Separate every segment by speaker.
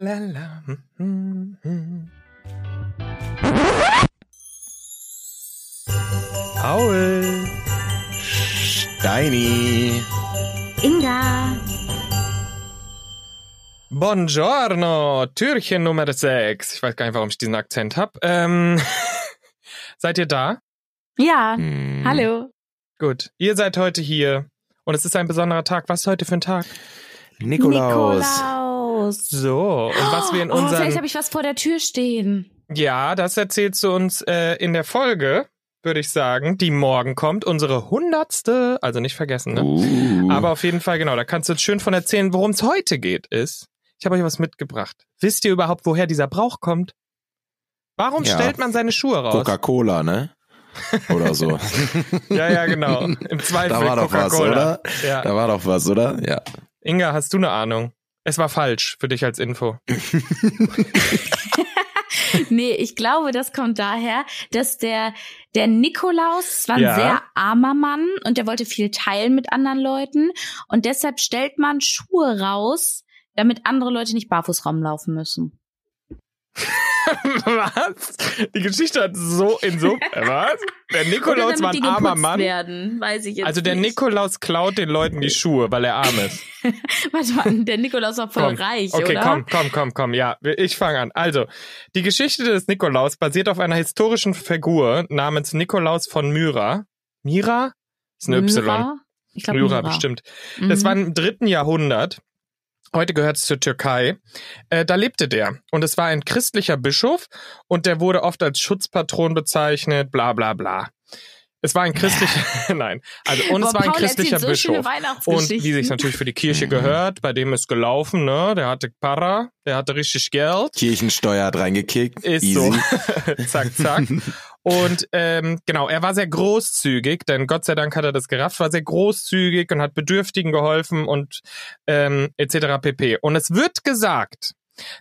Speaker 1: La, la. Hm, hm, hm. Paul. Steini.
Speaker 2: Inga.
Speaker 1: Buongiorno. Türchen Nummer 6. Ich weiß gar nicht, warum ich diesen Akzent habe. Ähm, seid ihr da?
Speaker 2: Ja,
Speaker 1: Hm.
Speaker 2: hallo.
Speaker 1: Gut. Ihr seid heute hier. Und es ist ein besonderer Tag. Was ist heute für ein Tag?
Speaker 3: Nikolaus.
Speaker 2: Nikolaus.
Speaker 1: So, und was wir in
Speaker 2: oh, vielleicht
Speaker 1: unseren.
Speaker 2: habe ich was vor der Tür stehen.
Speaker 1: ja, das erzählst du uns äh, in der Folge, würde ich sagen, die morgen kommt. Unsere hundertste, also nicht vergessen, ne?
Speaker 3: Uh.
Speaker 1: Aber auf jeden Fall, genau, da kannst du uns schön von erzählen, worum es heute geht, ist, ich habe euch was mitgebracht. Wisst ihr überhaupt, woher dieser Brauch kommt? Warum
Speaker 3: Ja.
Speaker 1: stellt man seine Schuhe raus?
Speaker 3: Coca-Cola, ne? Oder so.
Speaker 1: ja, ja, genau. Im Zweifel
Speaker 3: da war doch was,
Speaker 1: Also Coca-Cola.
Speaker 3: oder?
Speaker 1: Ja.
Speaker 3: Da war doch was, oder? Ja.
Speaker 1: Inga, hast du eine Ahnung? Es war falsch für dich als Info.
Speaker 2: Nee, ich glaube, das kommt daher, dass der, der Nikolaus es war ein
Speaker 1: Ja.
Speaker 2: sehr armer Mann und der wollte viel teilen mit anderen Leuten. Und deshalb stellt man Schuhe raus, damit andere Leute nicht barfuß rumlaufen müssen.
Speaker 1: was? Die Geschichte hat so in so äh, was? Der Nikolaus
Speaker 2: Oder damit
Speaker 1: war
Speaker 2: die
Speaker 1: ein
Speaker 2: geputzt
Speaker 1: armer Mann.
Speaker 2: Werden, weiß ich jetzt
Speaker 1: Also der
Speaker 2: nicht.
Speaker 1: Nikolaus klaut den Leuten die Schuhe, weil er arm ist.
Speaker 2: Warte mal, der Nikolaus war
Speaker 1: Komm.
Speaker 2: voll reich,
Speaker 1: okay,
Speaker 2: oder?
Speaker 1: komm, komm, komm, komm, ja, ich fange an. Also, die Geschichte des Nikolaus basiert auf einer historischen Figur namens Nikolaus von Myra. Myra? Ist ein Y.
Speaker 2: Myra? Mhm. Ich glaube,
Speaker 1: Myra, bestimmt. Das war im dritten Jahrhundert. Heute gehört es zur Türkei. Äh, da lebte der. Und es war ein christlicher Bischof und der wurde oft als Schutzpatron bezeichnet, bla bla bla. Es war ein christlicher, nein, also und es war ein christlicher
Speaker 2: so
Speaker 1: Bischof. Und
Speaker 2: Schöne
Speaker 1: wie
Speaker 2: Weihnachtsgeschichten.
Speaker 1: sich's natürlich für die Kirche gehört, bei dem ist gelaufen, ne? Der hatte Para, der hatte richtig Geld.
Speaker 3: Kirchensteuer hat reingekickt.
Speaker 1: Ist
Speaker 3: Easy.
Speaker 1: so. zack, zack. Und ähm, genau, er war sehr großzügig, denn Gott sei Dank hat er das gerafft, war sehr großzügig und hat Bedürftigen geholfen und ähm, etc. pp. Und es wird gesagt,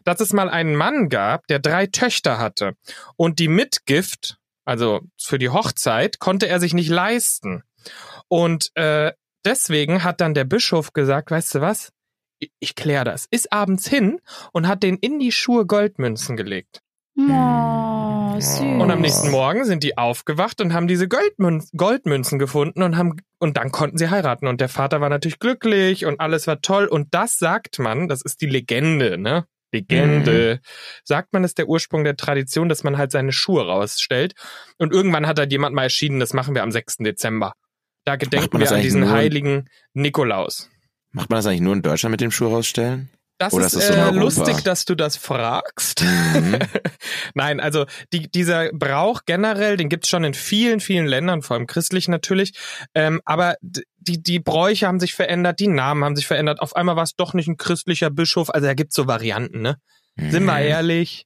Speaker 1: dass es mal einen Mann gab, der drei Töchter hatte. Und die Mitgift, also für die Hochzeit, konnte er sich nicht leisten. Und äh, deswegen hat dann der Bischof gesagt, weißt du was? Ich- Ich klär das. Ist abends hin und hat den in die Schuhe Goldmünzen gelegt.
Speaker 3: Mm.
Speaker 2: Oh, süß.
Speaker 1: Und am
Speaker 3: Oh.
Speaker 1: nächsten Morgen sind die aufgewacht und haben diese Goldmün Goldmünzen gefunden und haben und dann konnten sie heiraten und der Vater war natürlich glücklich und alles war toll und das sagt man, das ist die Legende, ne? Legende.
Speaker 3: Mhm.
Speaker 1: Sagt man, ist der Ursprung der Tradition, dass man halt seine Schuhe rausstellt und irgendwann hat da jemand mal erschienen, das machen wir am 6. Dezember. Da gedenken
Speaker 3: man
Speaker 1: wir
Speaker 3: das
Speaker 1: an
Speaker 3: eigentlich
Speaker 1: diesen
Speaker 3: nur?
Speaker 1: heiligen Nikolaus.
Speaker 3: Macht man das eigentlich nur in Deutschland mit dem Schuh rausstellen?
Speaker 1: Das
Speaker 3: Oder
Speaker 1: ist,
Speaker 3: ist Oh, das so in
Speaker 1: äh,
Speaker 3: Europa?
Speaker 1: lustig, dass du das fragst.
Speaker 3: Mhm.
Speaker 1: Nein, also die, dieser Brauch generell, den gibt's schon in vielen, vielen Ländern, vor allem christlich natürlich. Ähm, aber d- die, die Bräuche haben sich verändert, die Namen haben sich verändert. Auf einmal war es doch nicht ein christlicher Bischof. Also da gibt's so Varianten, ne? Sind
Speaker 3: Mhm.
Speaker 1: wir ehrlich?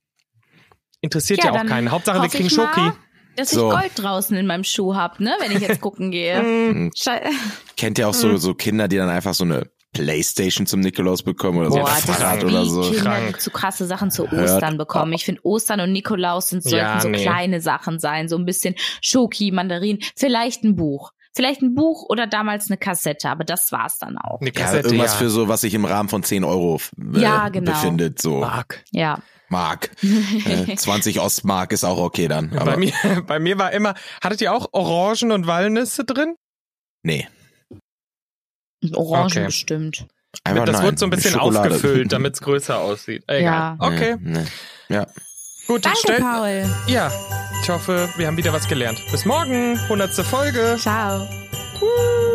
Speaker 1: Interessiert ja,
Speaker 2: Ja,
Speaker 1: auch
Speaker 2: dann
Speaker 1: keinen. Hauptsache, wir
Speaker 2: hoffe
Speaker 1: kriegen
Speaker 2: ich mal,
Speaker 1: Schoki.
Speaker 2: Dass
Speaker 3: So.
Speaker 2: ich Gold draußen in meinem Schuh hab, ne? Wenn ich jetzt gucken gehe.
Speaker 1: Mm,
Speaker 2: Schei-
Speaker 3: Kennt ihr auch
Speaker 1: Mhm.
Speaker 3: so, so Kinder, die dann einfach so eine Playstation zum Nikolaus bekommen oder so
Speaker 1: Boah,
Speaker 3: ein
Speaker 1: das
Speaker 3: Fahrrad
Speaker 1: ist
Speaker 3: oder
Speaker 2: wie
Speaker 3: so?
Speaker 2: Kinder, die
Speaker 1: Krank.
Speaker 2: zu krasse Sachen zu
Speaker 3: Hört
Speaker 2: Ostern bekommen. Ich finde, Ostern und Nikolaus sind sollten
Speaker 1: Ja,
Speaker 2: so
Speaker 1: nee.
Speaker 2: kleine Sachen sein. So ein bisschen Schoki, Mandarin, vielleicht ein Buch. Vielleicht ein Buch oder damals eine Kassette, aber das war's dann auch.
Speaker 1: Eine
Speaker 3: Ja,
Speaker 1: Kassette, ja.
Speaker 3: irgendwas für so, was sich im Rahmen von 10 Euro äh,
Speaker 2: Ja, genau.
Speaker 3: befindet, so.
Speaker 1: Mark.
Speaker 2: Ja.
Speaker 3: Mark. Äh, 20 Ostmark ist auch okay dann. Aber
Speaker 1: Bei mir, bei mir war immer, hattet ihr auch Orangen und Walnüsse drin?
Speaker 3: nee.
Speaker 2: Orangen
Speaker 1: Okay.
Speaker 2: bestimmt.
Speaker 3: Einfach
Speaker 1: das
Speaker 3: nein,
Speaker 1: wurde so ein bisschen
Speaker 3: Schokolade.
Speaker 1: aufgefüllt, damit's größer aussieht. Egal.
Speaker 2: Ja.
Speaker 1: Okay,
Speaker 3: Nee, nee. Ja.
Speaker 1: gut, dann
Speaker 2: Danke,
Speaker 1: stell,
Speaker 2: Paul.
Speaker 1: Ja, ich hoffe, wir haben wieder was gelernt. Bis morgen, 100. Folge.
Speaker 2: Ciao.
Speaker 1: Woo!